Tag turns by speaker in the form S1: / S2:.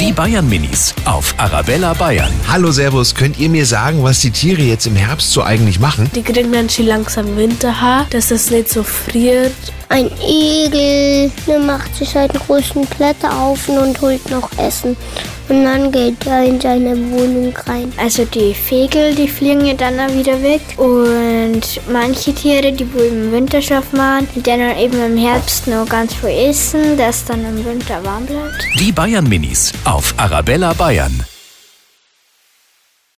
S1: Die Bayern Minis auf Arabella Bayern.
S2: Hallo Servus, könnt ihr mir sagen, was die Tiere jetzt im Herbst so eigentlich machen?
S3: Die kriegen dann schon langsam Winterhaar, dass das nicht so friert.
S4: Ein Igel der macht sich halt einen großen Blätter auf und holt noch Essen. Und dann geht er in seine Wohnung rein.
S5: Also die Vögel, die fliegen ja dann auch wieder weg. Und manche Tiere, die wohl im Winterschlaf machen, die dann eben im Herbst noch ganz viel essen, dass dann im Winter warm bleibt.
S1: Die Bayern Minis auf Arabella Bayern.